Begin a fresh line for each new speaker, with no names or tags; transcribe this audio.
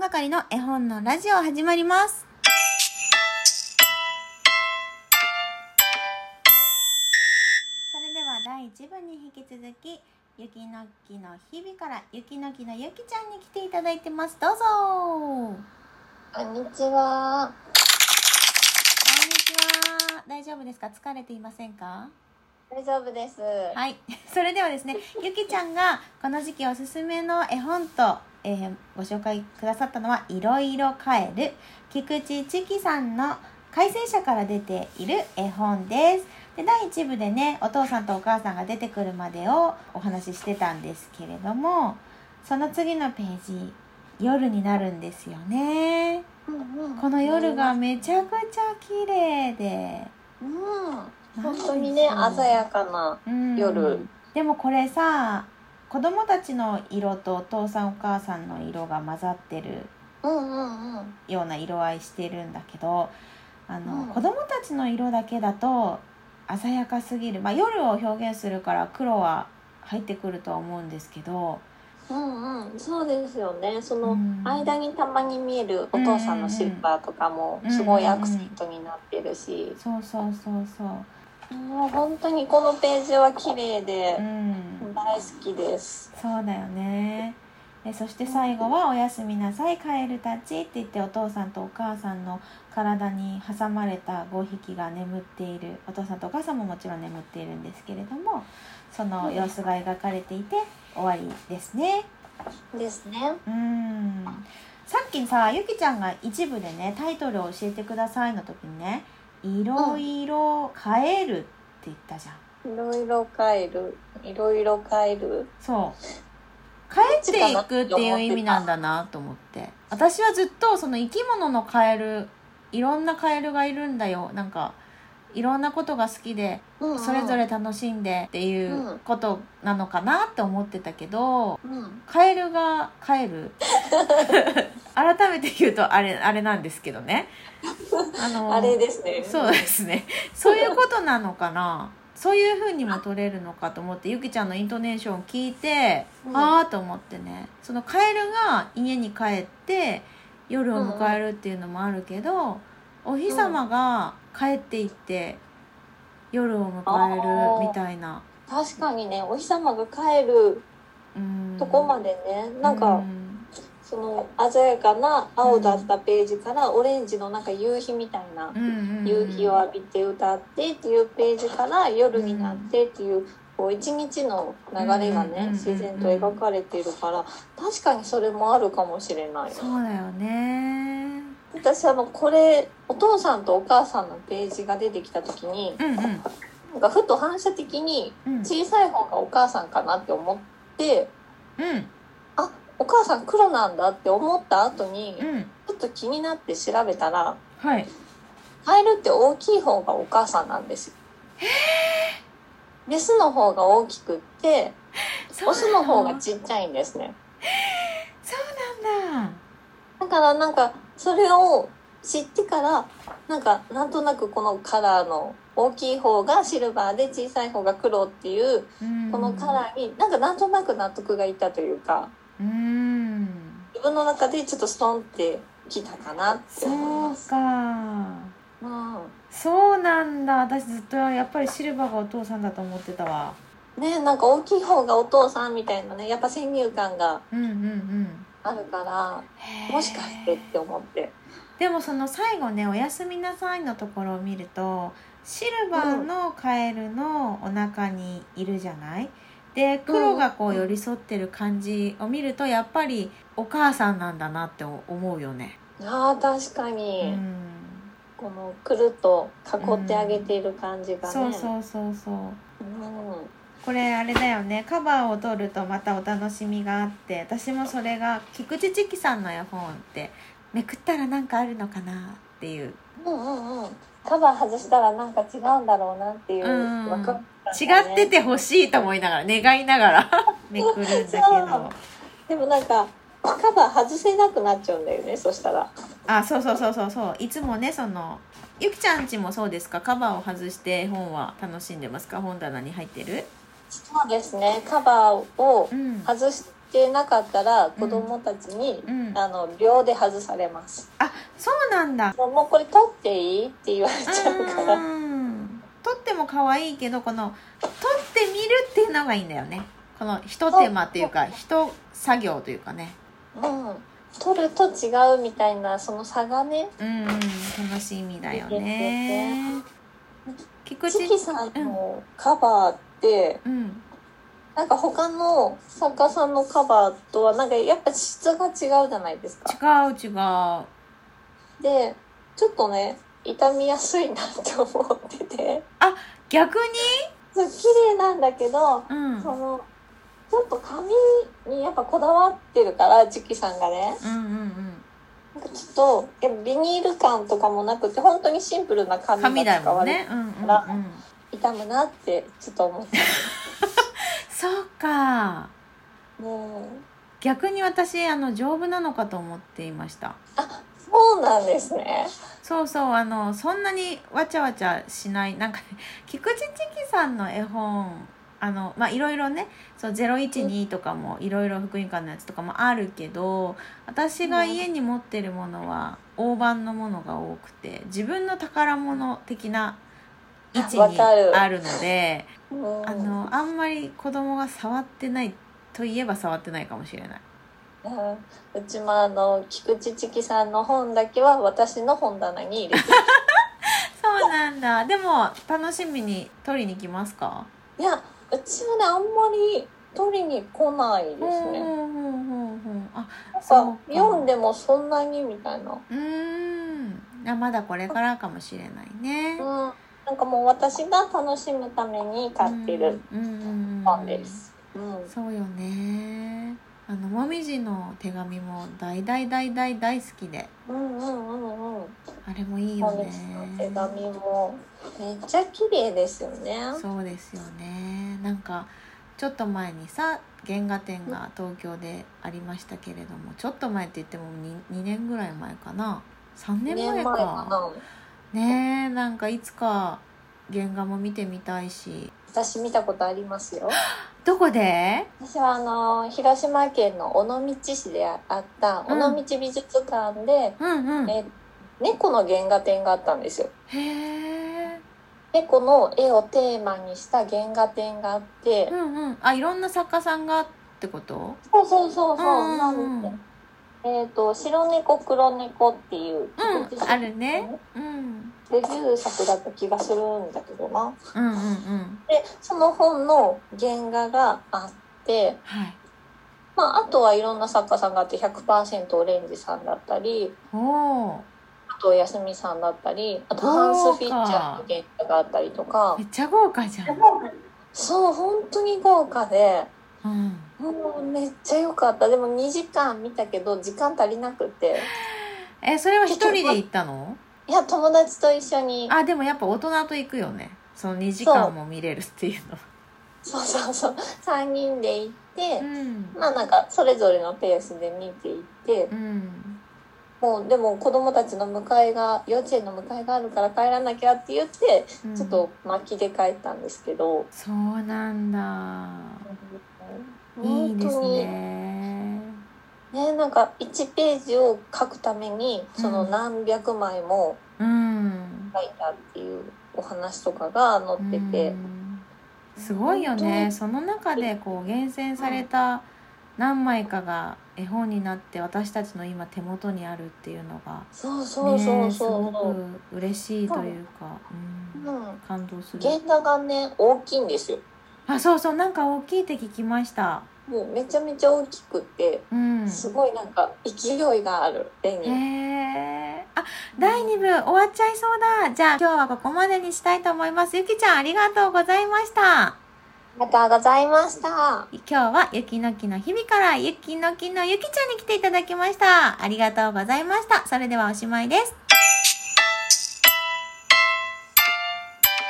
ばかりの絵本のラジオ始まります。それでは第1部に引き続き、雪の木の日々から雪の木のゆきちゃんに来ていただいてます。どうぞこんに
こんにち
ち
は。
は。大丈夫ですか疲れていませんか
大丈夫です。
はい、 それではですね、ゆきちゃんがこの時期おすすめの絵本と、えーご紹介くださったのは、いろいろカエル、菊池千紀さんの改正者から出ている絵本です。で第1部でね、お父さんとお母さんが出てくるまでをお話ししてたんですけれども、その次のページ、夜になるんですよね。この夜がめちゃくちゃ綺麗で、
うん、本当にね、
なんでしょう
鮮やかな。
うん
夜
でもこれさ子供たちの色とお父さんお母さんの色が混ざってる
うんうんうん。
ような色合いしてるんだけどあの、
うん
子供たちの色だけだと鮮やかすぎる、まあ、夜を表現するから黒は入ってくるとは思うんですけど、
うんうん、そうですよね。その
うん
間にたまに見えるお父さんのシルバーとかもすごいアクセントになってるし、
そうそうそうそう、
もう本当にこのページは綺麗
う
で
ん、
大好きです。
そうだよねでそして最後は「おやすみなさいカエルたち」って言ってお父さんとお母さんの体に挟まれた5匹が眠っているお父さんとお母さんももちろん眠っているんですけれどもその様子が描かれていて終わりですね
ですね。
うんさっきさゆきちゃんが一部でねタイトルを教えてくださいの時にね「いろいろカエル」って言ったじゃん
いろいろ変える。いろいろ変える。
そう帰っていくっていう意味なんだなと思って私はずっとその生き物のカエルいろんなカエルがいるんだよなんかいろんなことが好きで
うんうん
それぞれ。楽しんでっていうことなのかなって思ってたけど
うん。
カエルが帰 る改めて言うとあれあれなんですけどねあの
あれですね。
そうです ね。そういうことなのかな。そういう風にも取れるのかと思って、ゆきちゃんのイントネーションを聞いて、
うん
ああと思ってね。そのカエルが家に帰って夜を迎えるっていうのもあるけど、お日様が帰っていって夜を迎えるみたいな。
確かにねお日様が帰る
うん
とこまでね、なんか、
うん
その鮮やかな青だったページからオレンジのなんか夕日みたいな、
うんうん
夕日を浴びて歌ってっていうページから夜になってっていう。こう一日の流れが
うんうんうんうん
ね自然と描かれてるから確かにそれもあるかもしれない
そうだよね。
私あのこれお父さんとお母さんのページが出てきた時に
うんうん
なんかふと反射的に
うん
小さい方がお母さんかなって思って
うん
あお母さん黒なんだって思った後にち
うん
ょっと気になって調べたら
はい。
カエルって大きい方がお母さんなんですよ。メスの方が大きくってオスの方がちっちゃいんですね
そうなんだ。
だからなんかそれを知ってからなんかなんとなくこのカラーの大きい方がシルバーで小さい方が黒っていう
うん
このカラーになんかなんとなく納得がいったというか
うん。
自分の中でちょっとストンってきたかなって思い
そう
ます。
か
うん
そうなんだ私ずっとやっぱりシルバーがお父さんだと思ってたわ
ねなんか大きい方がお父さんみたいなねやっぱ先入観が
うんうんうん
あるからもしかしてって思って
でもその最後ね「おやすみなさい」のところを見るとシルバーのカエルのお腹にいるじゃないで黒がこう寄り添ってる感じを見るとやっぱりお母さんなんだなって思うよね
あー確か
う
に、
ん
このくるっと囲ってあげている感じがね、
そうそうそうそう
うん
これあれだよねカバーを取るとまたお楽しみがあって私もそれが菊池千紀さんの絵本ってめくったらなんかあるのかなっていう
うんうんうんカバー外したらなんか違うんだろうなっていう、
うん
わか
違っててほしいと思いながら願いなが らめくるんだけ
そう
ど
でもなんかカバー外せなくなっちゃうんだよねそしたら
あそうそうそうそうそういつもねそのゆきちゃんちもそうですかカバーを外して絵本は楽しんでますか本棚に入ってる
そうですねカバーを
うん
外しってなかったら子供たちに、
うん
あの秒で外されます。
あそうなんだ
もうこれ取っていいって言われちゃうから。
うん撮っても可愛いけどこの撮ってみるっていうのがいいんだよねこのひと手間っていうかひと作業というかね
うん、取ると違うみたいなその差がね
うんうん楽しみだよね菊池
チキさんのカバーって、
うん
なんか他の作家さんのカバーとはなんかやっぱ質が違うじゃないですか。
違う違う
でちょっとね傷みやすいなって思ってて
逆に
そう綺麗なんだけど
うんうん
そのちょっと髪にやっぱこだわってるからチキさんがね
うんうん
なんかちょっとやっぱビニール感とかもなくて本当にシンプルな髪
紙
が
だ
使
も
わ
ん
れて
ねうんうん
ら
うん
傷むなってちょっと思って
そうか
もう
逆に私あの丈夫なのかと思っていました
そうなんですね。
そうそうあのそんなにわちゃわちゃしないなんかね菊池千紀さんの絵本あのまあいろいろねそう012とかもいろいろ福音館のやつとかもあるけど私が家に持ってるものは大判のものが多くて自分の宝物的な位置
わ
に
かる
あるので
うん
あのあんまり子供が触ってないといえば触ってないかもしれない。
うんうちもあの菊池千紀さんの本だけは私の本棚に入れ て
そうなんだでも楽しみに取りに来ますか
いやうちはねあんまり取りに来ないで
ほう
すね。
ほうほうほうほうあ
なん
そう
か
か
読んでもそんなにみたいな。
うーんあまだこれからかもしれないね
うん、なんかもう私が楽しむために買ってる
うんうんうん
本です。うん、
そうよねあのもみじの手紙も大大大大大好きで
うん、うんうんうん。
あれもいいよ
本日の手
ね
紙もめっちゃ綺麗ですよね。
そうですよねなんかちょっと前にさ原画展が東京でありましたけれどもちょっと前って言っても 2, 2年ぐらい前かな3年前か
な。
ねえなんかいつか原画も見てみたいし
私見たことありますよ。
どこで
私はあの広島県の尾道市であった
う
尾
ん
道美術館で、
うんうんへ
え猫の原画展があったんですよ
え
猫の絵をテーマにした原画展があって、
うんうんあいろんな作家さんがってこと
そうそうそうそう、
うん
なんでえっ、と白猫黒猫っていう、
うんあるねうん
デビュー作だった気がするんだけどな
うんうんうん
でその本の原画があって
はい
まああとはいろんな作家さんがあって100%オレンジさんだったり
おお
あと、やすみさんだったり、あと、ハンス・フィッチャーの原画があったりとか
め、っちゃ豪華じゃん
そう、本当に豪華で、
うん
もうめっちゃ良かった。でも2時間見たけど、時間足りなくて。
えそれは一人で行ったの
いや、友達と一緒に、
あでもやっぱ大人と行くよねその2時間も見れるっていうのは
そうそうそう、3人で行って
う、ん
まあなんか、それぞれのペースで見ていって
う、ん
もう、でも子供たちの迎えが、幼稚園の迎えがあるから帰らなきゃって言って、
うん
ちょっと巻きで帰ったんですけど、
そうなんだい
本
い
当
です
に
ね
ね、なんか1ページを書くためにその何百枚も
うん
書いたっていうお話とかが載ってて、
うんすごいよねその中でこう厳選された何枚かが絵本になって私たちの今手元にあるっていうのが、ね、
そうそうそう
す
そう、
ごく嬉しいというか、う、
うんん、
感動する
原画がね大きいんですよ
あそうそうなんか大きいって聞きました
もうめちゃめちゃ大きくて
うん
すごいなんか勢いがある絵
へ
に、
えあ第2部終わっちゃいそうだじゃあ今日はここまでにしたいと思いますゆきちゃんありがとうございました
ありがとうございました
今日は雪の木の日々から雪の木のゆきちゃんに来ていただきました。ありがとうございました。それではおしまいです。